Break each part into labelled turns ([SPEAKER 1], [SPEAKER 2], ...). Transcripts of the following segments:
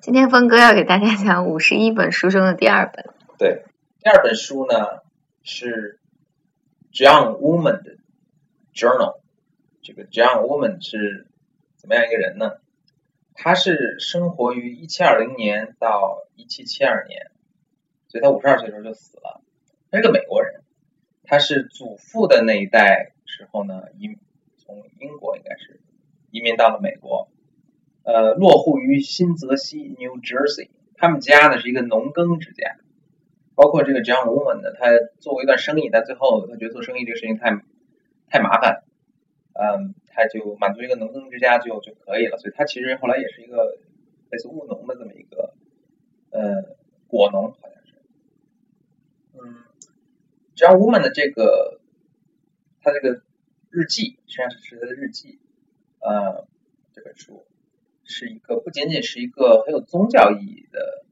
[SPEAKER 1] 今天峰哥要给大家讲五十一本书中的第二本，
[SPEAKER 2] 对，第二本书呢是 John Woman 的 Journal。这个 John Woman 是怎么样一个人呢？他是生活于一七二零年到一七七二年，所以他五十二岁的时候就死了。他是个美国人，他是祖父的那一代时候呢，移从英国应该是移民到了美国，呃，落户于新泽西 （New Jersey）。他们家呢是一个农耕之家，包括这个 John Woman 呢，他做过一段生意，但最后他觉得做生意这个事情太太麻烦，嗯，他就满足一个农耕之家就就可以了。所以他其实后来也是一个类似务农的这么一个呃果农，好像是。嗯，John Woman 的这个他这个日记，实际上是他的日记，呃，这本书是一个不仅仅是一个很有宗教意义的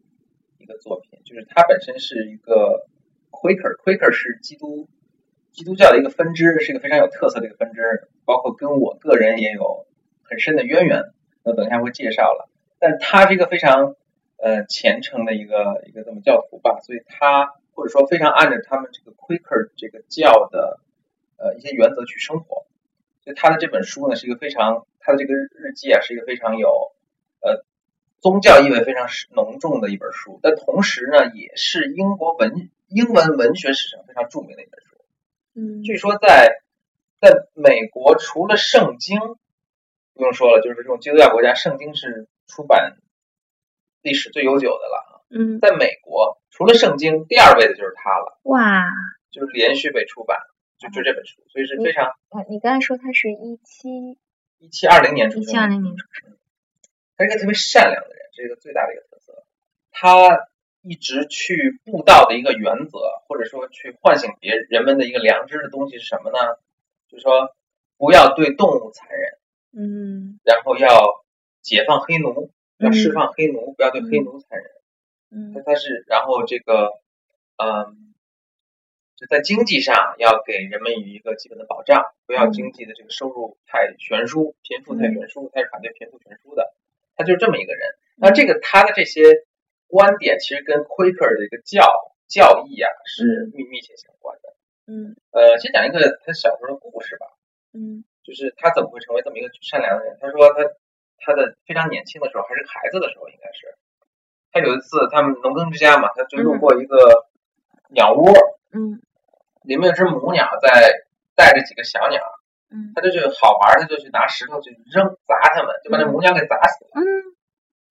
[SPEAKER 2] 一个作品，就是它本身是一个 Quaker，Quaker 是基督基督教的一个分支，是一个非常有特色的一个分支，包括跟我个人也有很深的渊源。那等一下会介绍了，但他是一个非常呃虔诚的一个一个这么教徒吧，所以他或者说非常按照他们这个 Quaker 这个教的呃一些原则去生活。所以他的这本书呢，是一个非常他的这个日记啊，是一个非常有呃宗教意味非常浓重的一本书，但同时呢，也是英国文英文文学史上非常著名的一本书。
[SPEAKER 1] 嗯
[SPEAKER 2] 据说在在美国，除了圣经，不用说了，就是这种基督教国家，圣经是出版历史最悠久的了啊。
[SPEAKER 1] 嗯，
[SPEAKER 2] 在美国，除了圣经，第二位的就是它了，
[SPEAKER 1] 哇，
[SPEAKER 2] 就是连续被出版，就就这本书，所以是非常
[SPEAKER 1] 啊你刚才说它是一七
[SPEAKER 2] 一七二零年出
[SPEAKER 1] 一
[SPEAKER 2] 生的。
[SPEAKER 1] 七二零年出
[SPEAKER 2] 他是一个特别善良的人，这是一个最大的一个特色。他一直去布道的一个原则，或者说去唤醒别人们的一个良知的东西是什么呢？就是说不要对动物残忍，
[SPEAKER 1] 嗯
[SPEAKER 2] 然后要解放黑奴，要
[SPEAKER 1] 嗯
[SPEAKER 2] 释放黑奴，不要对黑奴残忍。
[SPEAKER 1] 嗯
[SPEAKER 2] 那他是，然后这个，嗯，就在经济上要给人们以一个基本的保障，不要经济的这个收入太悬殊，贫富太悬殊，他是反对贫富悬殊的，他就是这么一个人。
[SPEAKER 1] 啊
[SPEAKER 2] 那这个他的这些观点，其实跟 Quaker 的一个教教义啊是密密切相关的。
[SPEAKER 1] 嗯
[SPEAKER 2] 呃，先讲一个他小时候的故事吧。
[SPEAKER 1] 嗯
[SPEAKER 2] 就是他怎么会成为这么一个善良的人？他说他他的非常年轻的时候，还是个孩子的时候，应该是他有一次他们农耕之家嘛，他就路过一个鸟窝，
[SPEAKER 1] 嗯
[SPEAKER 2] 里面有只母鸟在带着几个小鸟，
[SPEAKER 1] 嗯
[SPEAKER 2] 他就去好玩，他就去拿石头去扔砸它们，就把那母鸟给砸死了。
[SPEAKER 1] 嗯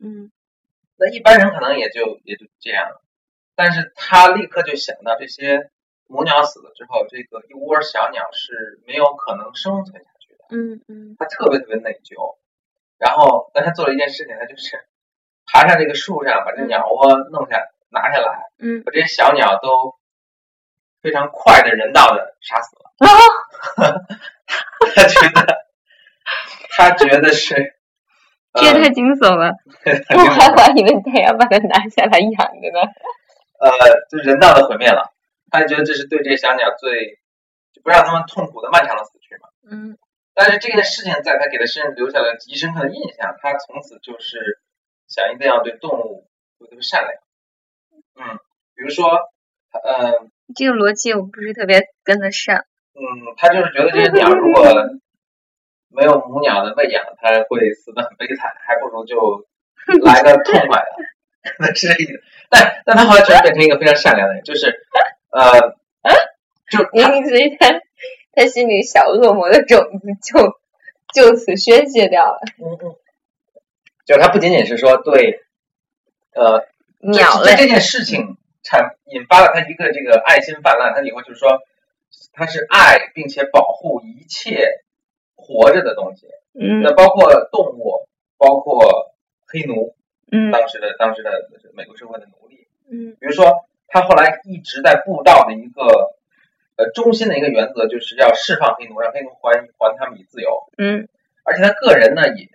[SPEAKER 1] 嗯
[SPEAKER 2] 那一般人可能也就也就这样了，但是他立刻就想到这些母鸟死了之后，这个一窝小鸟是没有可能生存下去的。
[SPEAKER 1] 嗯嗯
[SPEAKER 2] 他特别特别内疚，然后但他做了一件事情，他就是爬上这个树上，把这鸟窝弄下拿下来，
[SPEAKER 1] 嗯，
[SPEAKER 2] 把这些小鸟都非常快的人道的杀死
[SPEAKER 1] 啊
[SPEAKER 2] 了。 他觉得，他觉得是，
[SPEAKER 1] 这也太惊悚了，
[SPEAKER 2] 呃
[SPEAKER 1] 我还怀疑他要把它拿下来养着呢。
[SPEAKER 2] 呃，就人道的毁灭了。他觉得这是对这些小鸟最，就不让他们痛苦的漫长的死去嘛。
[SPEAKER 1] 嗯
[SPEAKER 2] 但是这件事情在他给他身上留下了极深刻的印象，他从此就是想一定要对动物有这个善良。嗯，比如说，他呃，
[SPEAKER 1] 这个逻辑我不是特别跟得 上。
[SPEAKER 2] 嗯，他就是觉得这些鸟如果没有母鸟的喂养，它会死得很悲惨，还不如就来个痛快的， 可能是这个意思。但但他后来居然变成一个非常善良的人，就是呃，就
[SPEAKER 1] 你
[SPEAKER 2] 他
[SPEAKER 1] 所以他 他心里小恶魔的种子就就此宣泄掉了，
[SPEAKER 2] 嗯嗯，就是他不仅仅是说对呃
[SPEAKER 1] 鸟
[SPEAKER 2] 这
[SPEAKER 1] 类。
[SPEAKER 2] 这件事情产引发了他一个这个爱心泛滥，他以后就是说他是爱并且保护一切活着的东西，
[SPEAKER 1] 嗯
[SPEAKER 2] 那包括动物，包括黑奴，
[SPEAKER 1] 嗯
[SPEAKER 2] 当时的当时的美国社会的奴隶。
[SPEAKER 1] 嗯
[SPEAKER 2] 比如说，他后来一直在布道的一个呃中心的一个原则，就是要释放黑奴，让黑奴还还他们以自由。
[SPEAKER 1] 嗯
[SPEAKER 2] 而且他个人呢也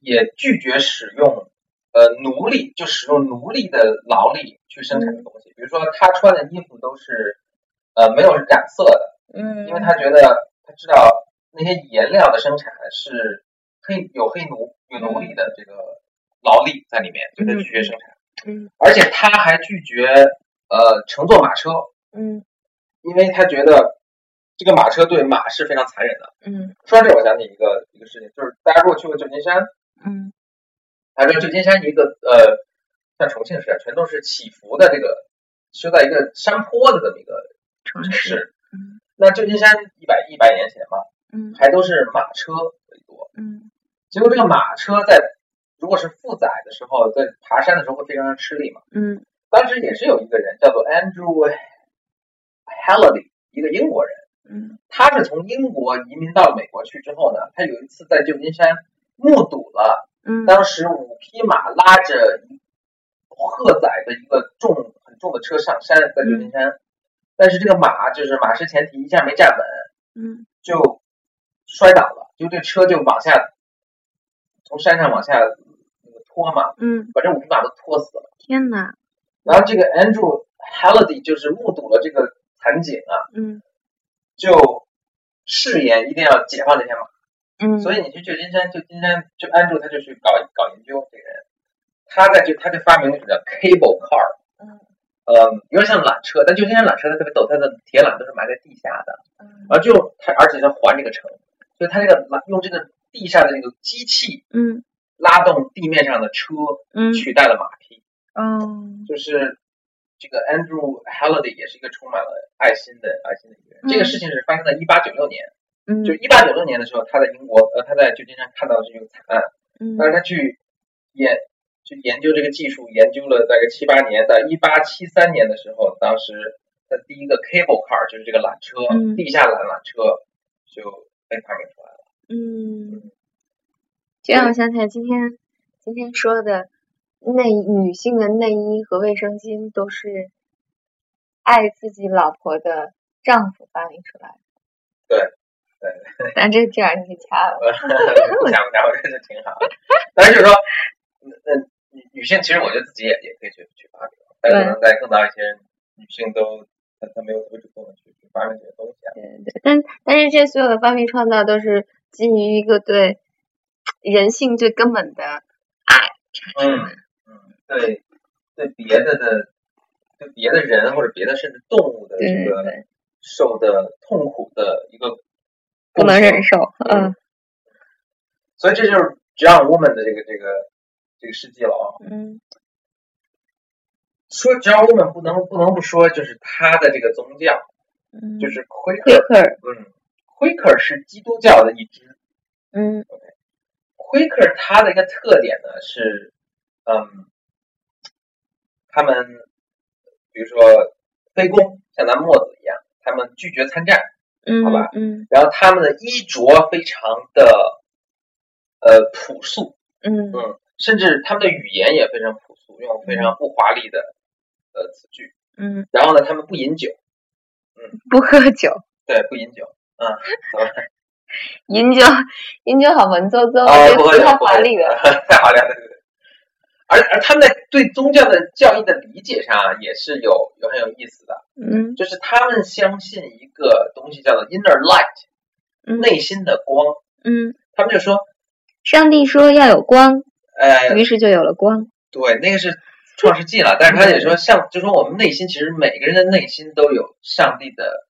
[SPEAKER 2] 也拒绝使用呃奴隶，就使用奴隶的劳力去生产的东西。比如说他穿的衣服都是呃没有染色的，
[SPEAKER 1] 嗯，
[SPEAKER 2] 因为他觉得他知道那些颜料的生产是黑有黑奴有奴隶的这个劳力在里面，对他拒绝生产，
[SPEAKER 1] 嗯
[SPEAKER 2] 而且他还拒绝呃乘坐马车，
[SPEAKER 1] 嗯
[SPEAKER 2] 因为他觉得这个马车对马是非常残忍的。
[SPEAKER 1] 嗯
[SPEAKER 2] 说到这儿，我想起一个一个事情，就是大家如果去过旧金山，
[SPEAKER 1] 嗯
[SPEAKER 2] 还知道旧金山一个呃，像重庆似的，全都是起伏的这个，修在一个山坡的这么一个
[SPEAKER 1] 城
[SPEAKER 2] 城
[SPEAKER 1] 市，
[SPEAKER 2] 市。
[SPEAKER 1] 嗯
[SPEAKER 2] 那旧金山一百一百年前吧，
[SPEAKER 1] 嗯
[SPEAKER 2] 还都是马车为多。
[SPEAKER 1] 嗯
[SPEAKER 2] 结果这个马车在如果是负载的时候，在爬山的时候会非常吃力嘛。
[SPEAKER 1] 嗯
[SPEAKER 2] 当时也是有一个人叫做 Andrew Halliday，一个英国人，
[SPEAKER 1] 嗯
[SPEAKER 2] 他是从英国移民到美国去之后呢，他有一次在旧金山目睹了
[SPEAKER 1] 嗯
[SPEAKER 2] 当时五匹马拉着荷载的一个重很重的车上山，在旧金山，但是这个马就是马失前蹄，一下没站稳，
[SPEAKER 1] 嗯
[SPEAKER 2] 就摔倒了，就这车就往下从山上往下那个拖嘛，
[SPEAKER 1] 嗯，
[SPEAKER 2] 把这五匹马都拖死了。
[SPEAKER 1] 天哪，
[SPEAKER 2] 然后这个 Andrew Halliday 就是目睹了这个惨景啊，
[SPEAKER 1] 嗯
[SPEAKER 2] 就誓言一定要解放这些马。
[SPEAKER 1] 嗯，
[SPEAKER 2] 所以你去旧金山，旧金山就 Andrew 他就去搞搞研究这个人，他在就他就发明了什么叫 cable car，
[SPEAKER 1] 嗯
[SPEAKER 2] 呃，有点像缆车，但旧金山缆车它特别逗，它的铁缆都是埋在地下的，
[SPEAKER 1] 嗯
[SPEAKER 2] 然后就它而且它环这个城，所以它这个缆用这个地下的那个机器
[SPEAKER 1] 嗯
[SPEAKER 2] 拉动地面上的车，
[SPEAKER 1] 嗯
[SPEAKER 2] 取代了马匹。
[SPEAKER 1] 哦
[SPEAKER 2] 就是这个 Andrew Halliday 也是一个充满了爱心的爱心的一个人。
[SPEAKER 1] 嗯
[SPEAKER 2] 这个事情是发生在一八九六年，
[SPEAKER 1] 嗯
[SPEAKER 2] 就一八九六年的时候，他在英国，呃，他在旧金山看到了这个惨案，
[SPEAKER 1] 嗯
[SPEAKER 2] 但是他去研去研究这个技术，研究了大概七八年，在一八七三年的时候，当时他第一个 cable car 就是这个缆车，
[SPEAKER 1] 嗯
[SPEAKER 2] 地下缆缆车就被发明出来了。
[SPEAKER 1] 嗯，这让我想起来今天今天说的内女性的内衣和卫生巾都是爱自己老婆的丈夫发明出来的。
[SPEAKER 2] 对
[SPEAKER 1] 对，但这这样你掐了。
[SPEAKER 2] 不想不想，我觉得挺好的。但是就是说，那女女性其实我觉得自己也也可以去去发明，但可能在更早以前，女性都她她没有特别主动的去去发明这些东西啊。
[SPEAKER 1] 对对，但但是这所有的发明创造都是基于一个对人性最根本的爱产生的。
[SPEAKER 2] 嗯，对对别的的对别的人或者别的甚至动物的
[SPEAKER 1] 对
[SPEAKER 2] 这
[SPEAKER 1] 对
[SPEAKER 2] 个
[SPEAKER 1] 对，
[SPEAKER 2] 受的痛苦的一个
[SPEAKER 1] 不能
[SPEAKER 2] 共情
[SPEAKER 1] 忍受。嗯
[SPEAKER 2] 所以这就是 John Woman 的这个这个这个事迹了啊。
[SPEAKER 1] 嗯
[SPEAKER 2] 说 John Woman 不能不能不说，就是他的这个宗教
[SPEAKER 1] 嗯，
[SPEAKER 2] 就是 Quaker
[SPEAKER 1] 黑客儿，
[SPEAKER 2] 嗯，Quaker 是基督教的一支。
[SPEAKER 1] 嗯
[SPEAKER 2] Quaker 它的一个特点呢是，嗯，他们比如说非公，像咱墨子一样，他们拒绝参战，
[SPEAKER 1] 嗯，
[SPEAKER 2] 好吧
[SPEAKER 1] 嗯
[SPEAKER 2] 然后他们的衣着非常的呃朴素，
[SPEAKER 1] 嗯
[SPEAKER 2] 嗯，甚至他们的语言也非常朴素，用非常不华丽的呃词句。
[SPEAKER 1] 嗯，
[SPEAKER 2] 然后呢，他们不饮酒，
[SPEAKER 1] 不喝酒。
[SPEAKER 2] 对，不饮酒， 嗯，怎么
[SPEAKER 1] 饮酒，饮酒好文绉绉，
[SPEAKER 2] 哦，不
[SPEAKER 1] 我觉得
[SPEAKER 2] 会的
[SPEAKER 1] 太
[SPEAKER 2] 不
[SPEAKER 1] 华
[SPEAKER 2] 会
[SPEAKER 1] 丽了。
[SPEAKER 2] 太华丽了，对对对。而而他们在对宗教的教义的理解上啊，也是有有很有意思的，
[SPEAKER 1] 嗯
[SPEAKER 2] 就是他们相信一个东西叫做 inner light，
[SPEAKER 1] 嗯
[SPEAKER 2] 内心的光。
[SPEAKER 1] 嗯，
[SPEAKER 2] 他们就说，
[SPEAKER 1] 上帝说要有光，
[SPEAKER 2] 呃，
[SPEAKER 1] 于是就有了光。
[SPEAKER 2] 对，那个是创世纪了，但是他也说上，就说我们内心其实每个人的内心都有上帝的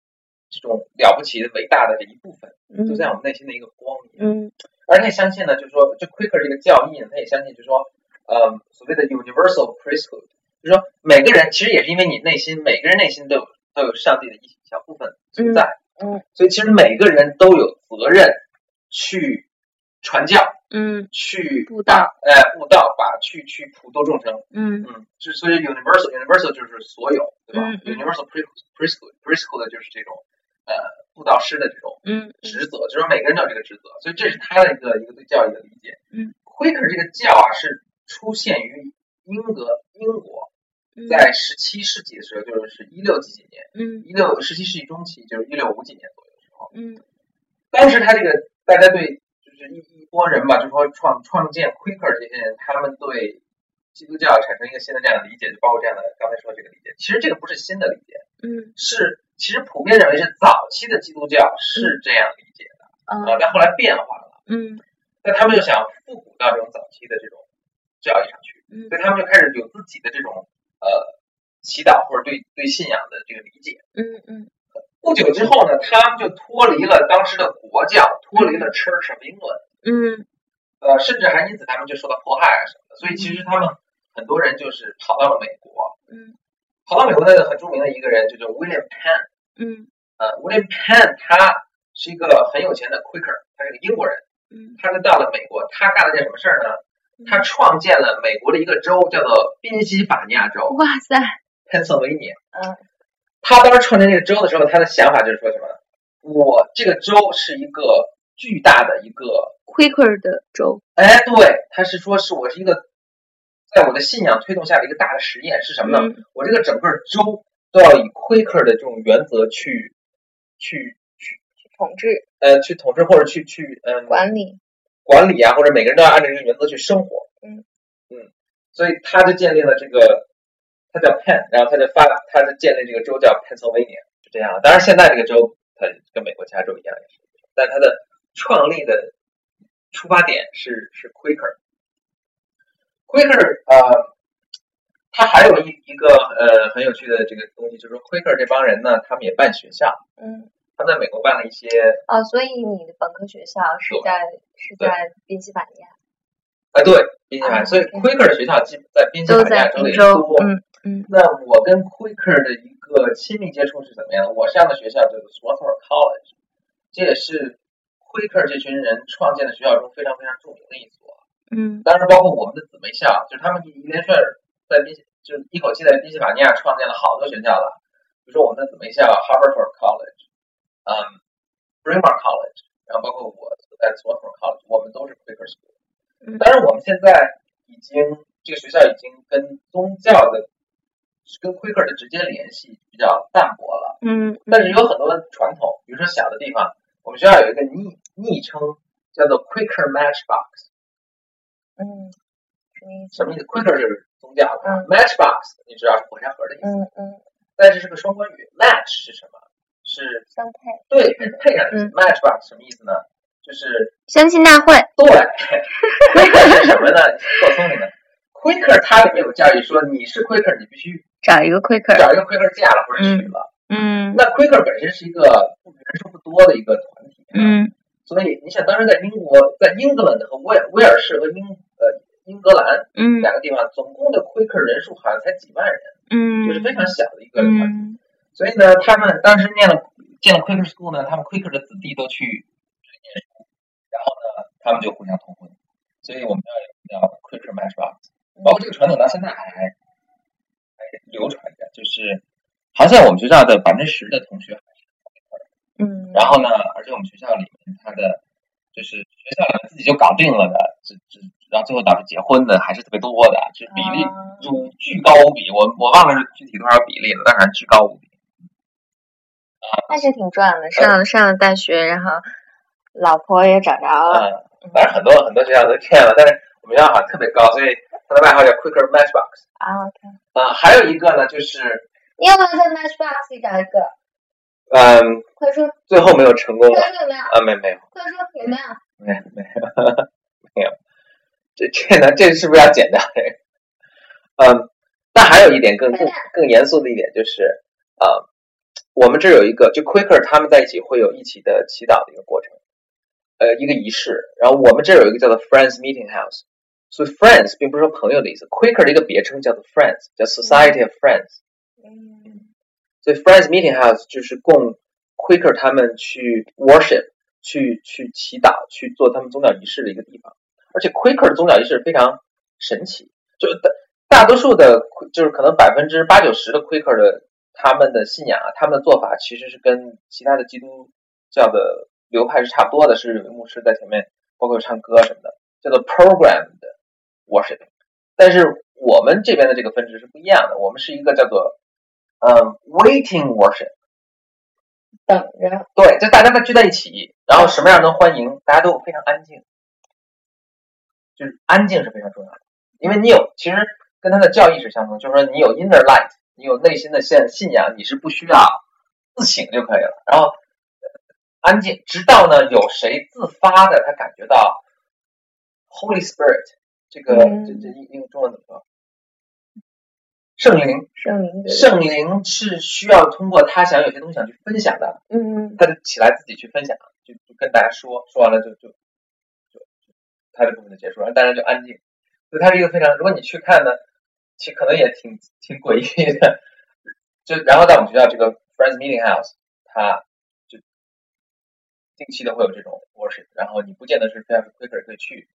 [SPEAKER 2] 这种了不起的伟大的这一部分，
[SPEAKER 1] 嗯
[SPEAKER 2] 就在我们内心的一个光一样。
[SPEAKER 1] 嗯
[SPEAKER 2] 而他也相信呢，就是说，这 Quaker 这个教义呢，他也相信，就是说，呃，所谓的 universal priesthood，就是说，每个人其实也是因为你内心，每个人内心都有都有上帝的一小部分存在，
[SPEAKER 1] 嗯嗯
[SPEAKER 2] 所以其实每个人都有责任去传教，
[SPEAKER 1] 嗯
[SPEAKER 2] 去
[SPEAKER 1] 布道
[SPEAKER 2] 把，哎、布道，把去去普度众生，
[SPEAKER 1] 嗯
[SPEAKER 2] 嗯，之所以 universal universal 就是所有，对吧、
[SPEAKER 1] 嗯嗯
[SPEAKER 2] u n i v e r s a l priesthood priesthood 就是这种，呃，布道师的这种。
[SPEAKER 1] 嗯
[SPEAKER 2] 职责，就是每个人都有这个职责，所以这是他的一个一个对教育的理解。
[SPEAKER 1] 嗯
[SPEAKER 2] ，Quaker 这个教啊是出现于英格英国，
[SPEAKER 1] 嗯
[SPEAKER 2] 在十七世纪的时候，就是一六几几年，
[SPEAKER 1] 嗯
[SPEAKER 2] 一六十七世纪中期，就是一六五几年左右的时候，
[SPEAKER 1] 嗯
[SPEAKER 2] 当时他这个大家对就是一一波人吧，就说创创建 Quaker 这些人，他们对基督教产生一个新的这样的理解，就包括这样的刚才说的这个理解，其实这个不是新的理解，
[SPEAKER 1] 嗯
[SPEAKER 2] 是其实普遍认为是早期的基督教
[SPEAKER 1] 嗯
[SPEAKER 2] 是这样理解的，
[SPEAKER 1] 啊
[SPEAKER 2] 啊、但后来变化了。
[SPEAKER 1] 嗯
[SPEAKER 2] 那他们就想复古到这种早期的这种教义上去，
[SPEAKER 1] 嗯
[SPEAKER 2] 所以他们就开始有自己的这种呃祈祷或者对对信仰的这个理解。
[SPEAKER 1] 嗯嗯
[SPEAKER 2] 不久之后呢，他们就脱离了当时的国教，脱离了 Church of England，
[SPEAKER 1] 嗯
[SPEAKER 2] 呃，甚至还因此他们就受到迫害啊什么的。所以其实他们很多人就是跑到了美国，
[SPEAKER 1] 嗯
[SPEAKER 2] 跑到美国的很著名的一个人就叫 William Penn，
[SPEAKER 1] 嗯
[SPEAKER 2] 呃，William Penn 他是一个很有钱的 Quaker，他是个英国人，
[SPEAKER 1] 嗯，
[SPEAKER 2] 他就到了美国，他干了件什么事儿呢？
[SPEAKER 1] 嗯
[SPEAKER 2] 他创建了美国的一个州，叫做宾夕法尼亚州
[SPEAKER 1] 哇塞，
[SPEAKER 2] （Pennsylvania）。
[SPEAKER 1] 嗯
[SPEAKER 2] 他当时创建这个州的时候，他的想法就是说什么呢？我这个州是一个巨大的一个，
[SPEAKER 1] ，Quaker 的州，
[SPEAKER 2] 哎，对，他是说是我是一个，在我的信仰推动下的一个大的实验是什么呢？
[SPEAKER 1] 嗯
[SPEAKER 2] 我这个整个州都要以 Quaker 的这种原则去去
[SPEAKER 1] 统治
[SPEAKER 2] 呃去统治或者去去嗯、
[SPEAKER 1] 管理，
[SPEAKER 2] 管理啊，或者每个人都要按照这个原则去生活。
[SPEAKER 1] 嗯
[SPEAKER 2] 嗯，所以他就建立了这个，他叫 Penn，然后他就发，他就建立这个州叫 Pennsylvania，就这样。当然，现在这个州它跟美国其他州一样，也是，但它的创立的出发点是是 Quaker。Quaker 呃，他还有一一个呃很有趣的这个东西，就是说 Quaker 这帮人呢，他们也办学校，
[SPEAKER 1] 嗯
[SPEAKER 2] 他们在美国办了一些
[SPEAKER 1] 哦，所以你的本科学校是
[SPEAKER 2] 对
[SPEAKER 1] 在是
[SPEAKER 2] 对
[SPEAKER 1] 在宾夕法尼亚，
[SPEAKER 2] 啊，对，宾夕法尼亚，
[SPEAKER 1] 啊
[SPEAKER 2] 所以
[SPEAKER 1] OK
[SPEAKER 2] Quaker 的学校基本在宾夕
[SPEAKER 1] 都
[SPEAKER 2] 法尼亚
[SPEAKER 1] 在
[SPEAKER 2] 州
[SPEAKER 1] 宾
[SPEAKER 2] 也
[SPEAKER 1] 州
[SPEAKER 2] 多，。
[SPEAKER 1] 嗯
[SPEAKER 2] 那我跟 Quaker 的一个亲密接触是怎么样的？我上的学校叫做 Swarthmore College，这也是 Quaker 这群人创建的学校中非常非常著名的一所。
[SPEAKER 1] 嗯
[SPEAKER 2] 当然，包括我们的姊妹校，就是他们一连串在宾夕，就是一口气在宾夕法尼亚创建了好多学校了，比如说我们的姊妹校 Harvard College，嗯，Braemar College，然后包括我在 Swarthmore College，我们都是 Quaker School。
[SPEAKER 1] 嗯
[SPEAKER 2] 当然，我们现在已经这个学校已经跟宗教的跟 Quaker 的直接联系比较淡薄了。
[SPEAKER 1] 嗯，
[SPEAKER 2] 但是有很多传统，比如说小的地方，我们学校有一个昵昵称叫做 Quaker Matchbox，
[SPEAKER 1] 嗯，什么意思？
[SPEAKER 2] 什么意思？Quaker 就是宗教的、
[SPEAKER 1] 嗯
[SPEAKER 2] m a t c h b o x 你知道是火柴盒的意思，
[SPEAKER 1] 嗯嗯，
[SPEAKER 2] 但是是个双关语，match 是什么？是
[SPEAKER 1] 相配，
[SPEAKER 2] 对配上的意思、
[SPEAKER 1] 嗯
[SPEAKER 2] m a t c h b o x 什么意思呢？就是
[SPEAKER 1] 相亲大会，
[SPEAKER 2] 对，Quaker 是什么呢？够聪明的。Quaker 它里面有教育说，你是 Quaker，你必须
[SPEAKER 1] 找一个 Quaker，
[SPEAKER 2] 找一个 Quaker 嫁了或者娶了。
[SPEAKER 1] 嗯
[SPEAKER 2] 那 Quaker 本身是一个人数不多的一个团体，啊
[SPEAKER 1] 嗯
[SPEAKER 2] 所以你想，当时在英国，在英格兰和威尔威尔士和英呃英格兰
[SPEAKER 1] 嗯
[SPEAKER 2] 两个地方，总共的 Quaker 人数好像才几万人，
[SPEAKER 1] 嗯，
[SPEAKER 2] 就是非常小的一个团体。
[SPEAKER 1] 嗯
[SPEAKER 2] 所以呢，他们当时念了建了 Quaker School 呢，他们 Quaker 的子弟都去念书，然后呢，他们就互相通婚。所以我们叫叫 Quaker Matchbox，包括这个传统到现在还还流传着，就是好像我们学校的百分之十的同学
[SPEAKER 1] 嗯，
[SPEAKER 2] 然后呢，而且我们学校里面它的就是学校里面自己就搞定了的，这这然后最后导致结婚的还是特别多的，就是比例
[SPEAKER 1] 啊
[SPEAKER 2] 就巨高无比。我我忘了是具体多少比例了，但是巨高无比。
[SPEAKER 1] 那是挺赚的，上了上了大学，然后老婆也找着了，
[SPEAKER 2] 嗯，反正很多很多学校都这样了，但是我们学校好像特别高，所以它的外号叫 Quicker Matchbox。
[SPEAKER 1] 啊，OK，
[SPEAKER 2] 啊、还有一个呢，就是
[SPEAKER 1] 你要不要在 Matchbox 里找一个？
[SPEAKER 2] 嗯，
[SPEAKER 1] 快说，
[SPEAKER 2] 最后没有成功
[SPEAKER 1] 快
[SPEAKER 2] 了
[SPEAKER 1] 说有没有？
[SPEAKER 2] 啊，没没有
[SPEAKER 1] 快说有没有？
[SPEAKER 2] 没有没有没有，这这呢，这是不是要剪掉这个？嗯，但还有一点更
[SPEAKER 1] 快
[SPEAKER 2] 更
[SPEAKER 1] 点
[SPEAKER 2] 更严肃的一点就是，呃，我们这儿有一个，就 Quaker 他们在一起会有一起的祈祷的一个过程，呃，一个仪式。然后我们这儿有一个叫做 Friends Meeting House，所以 Friends 并不是说朋友的意思，Quaker 的一个别称叫做 Friends，叫 Society of Friends。
[SPEAKER 1] 嗯
[SPEAKER 2] 所以 Friends Meeting House 就是供 Quaker 他们去 worship、去去祈祷、去做他们宗教仪式的一个地方。而且 Quaker 的宗教仪式非常神奇，就是大大多数的，就是可能百分之八九十的 Quaker 的他们的信仰啊，他们的做法其实是跟其他的基督教的流派是差不多的，是有牧师在前面，包括有唱歌什么的，叫做 programmed worship。但是我们这边的这个分支是不一样的，我们是一个叫做嗯 waiting worship，
[SPEAKER 1] 等着，
[SPEAKER 2] 对，就大家在聚在一起，然后什么样都欢迎，大家都非常安静，就是安静是非常重要的，因为你有其实跟他的教义是相同，就是说你有 inner light，你有内心的信信仰，你是不需要自省就可以了，然后呃安静，直到呢有谁自发的他感觉到 Holy Spirit 这个这这英英中文怎么说？圣灵，
[SPEAKER 1] 圣灵的，
[SPEAKER 2] 圣灵是需要通过他想有些东西想去分享的，
[SPEAKER 1] 嗯
[SPEAKER 2] 他就起来自己去分享，就就跟大家说，说完了就就就就他的部分就结束了，大家就安静。所以它是一个非常，如果你去看呢，其实可能也挺挺诡异的。就然后在我们学校这个 Friends Meeting House，它就定期的会有这种 worship，然后你不见得是非要是 Quaker 可以去，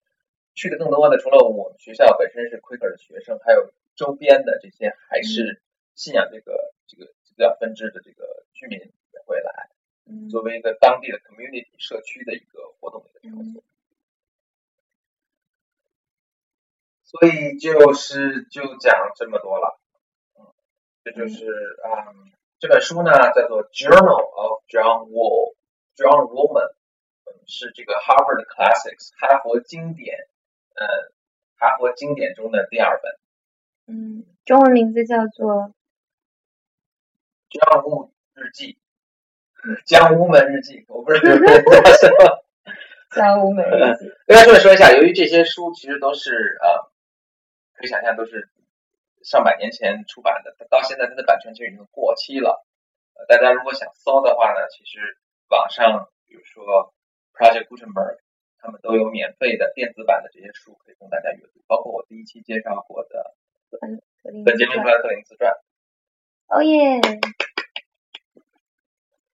[SPEAKER 2] 去的更多的除了我们学校本身是 Quaker 的学生，还有周边的这些还是信仰这个这个基督教分支的这个居民也会来。
[SPEAKER 1] 嗯
[SPEAKER 2] 作为一个当地的 community 社区的一个活动的一个场所。所以就是就讲这么多了，嗯，这就是啊、嗯这本书呢叫做《Journal of John Wall》，John Woolman 嗯是这个 Harvard Classics 哈佛经典，呃，哈佛经典中的第二本。
[SPEAKER 1] 嗯，中文名字叫做
[SPEAKER 2] 江户日记，嗯江屋门日记，我不知道叫什么。
[SPEAKER 1] 《小五美人记》。
[SPEAKER 2] 跟大家顺便说一下，由于这些书其实都是呃，可以想象都是上百年前出版的，到现在它的版权其实已经过期了。呃大家如果想搜的话呢，其实网上比如说 Project Gutenberg，他们都有免费的电子版的这些书可以供大家阅读，包括我第一期介绍过的
[SPEAKER 1] 格林嗯
[SPEAKER 2] 《本杰明·
[SPEAKER 1] 传
[SPEAKER 2] 富兰克林自传》。
[SPEAKER 1] 哦耶！